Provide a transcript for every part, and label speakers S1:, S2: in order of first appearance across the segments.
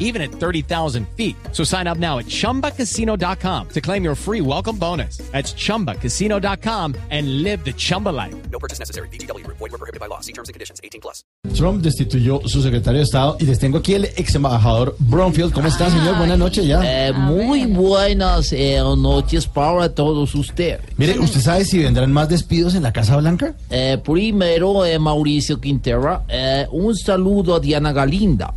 S1: even at 30,000 feet. So sign up now at ChumbaCasino.com to claim your free welcome bonus. That's ChumbaCasino.com and live the Chumba life.
S2: No purchase necessary. BGW. Void were prohibited by law. See terms and conditions. 18 plus.
S3: Trump destituyó su secretario de Estado y les tengo aquí el ex embajador Bromfield. ¿Cómo está, señor? Buenas noches ya.
S4: Eh, muy buenas eh, noches para todos ustedes.
S3: Mire, ¿usted sabe si vendrán más despidos en la Casa Blanca?
S4: Eh, primero, eh, Mauricio Quintera, eh, un saludo a Diana Galinda,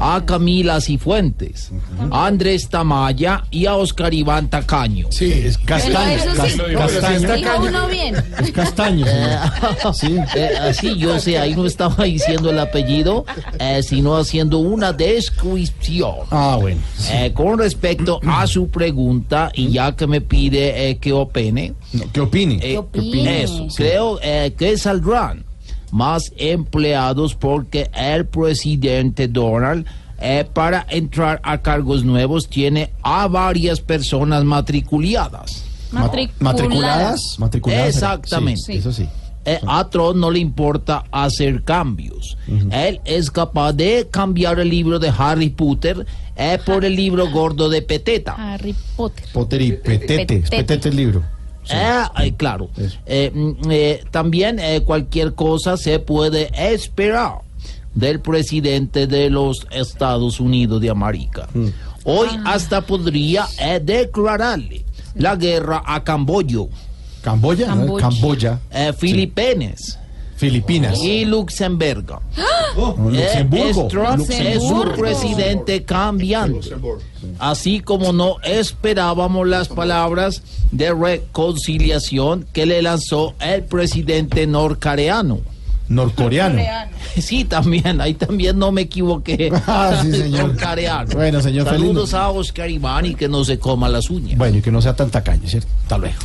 S4: a Camila Cifuentes, a Andrés Tamaya y a Oscar Iván Tacaño.
S3: Sí, es castaño.
S5: Pero eso
S3: cas-
S5: sí.
S3: castaño.
S5: Dijo uno bien.
S3: Es castaño, señor. Sí.
S4: Eh, así yo sé, ahí no estaba diciendo el apellido, eh, sino haciendo una descripción.
S3: Ah, bueno. sí.
S4: Eh, con respecto a su pregunta, y ya que me pide eh, que opine,
S3: No, ¿Qué opine?
S4: Eh,
S5: opine.
S4: Eso,
S3: Sí.
S4: creo eh, que saldrán más empleados porque el presidente Donald eh, para entrar a cargos nuevos tiene a varias personas matriculadas.
S3: Ma- matriculadas. Matriculadas.
S4: Exactamente.
S3: Sí, Eso sí.
S4: Eh, a Trump no le importa hacer cambios. Él es capaz de cambiar el libro de Harry Potter eh, por el libro gordo de Peteta.
S5: Harry Potter.
S3: Potter y Petete.
S5: Eh, Petete.
S3: Petete el libro.
S4: Ah, ay, claro.
S3: Eso.
S4: Eh, mm, eh, también eh, cualquier cosa se puede esperar del presidente de los Estados Unidos de América. Hoy hasta podría eh, declararle la guerra a Camboyo,
S3: Camboya, ¿no?
S5: Camboya.
S3: Camboya,
S4: eh, Filipinas
S3: Filipinas,
S4: y Luxemburgo. Eh,
S3: Luxemburgo.
S4: es Trump, es un
S5: Luxemburgo.
S4: presidente cambiante. Así como no esperábamos las palabras de reconciliación que le lanzó el presidente norcoreano.
S3: Norcoreano.
S4: Sí, también, ahí también no me equivoqué.
S3: Ah, sí, señor.
S4: Norcoreano.
S3: Bueno, señor, feliz
S4: Saludos
S3: noche.
S4: a Oscar Iván y que no se coma las uñas.
S3: Bueno, y que no sea tan tacaño, ¿cierto? Hasta luego.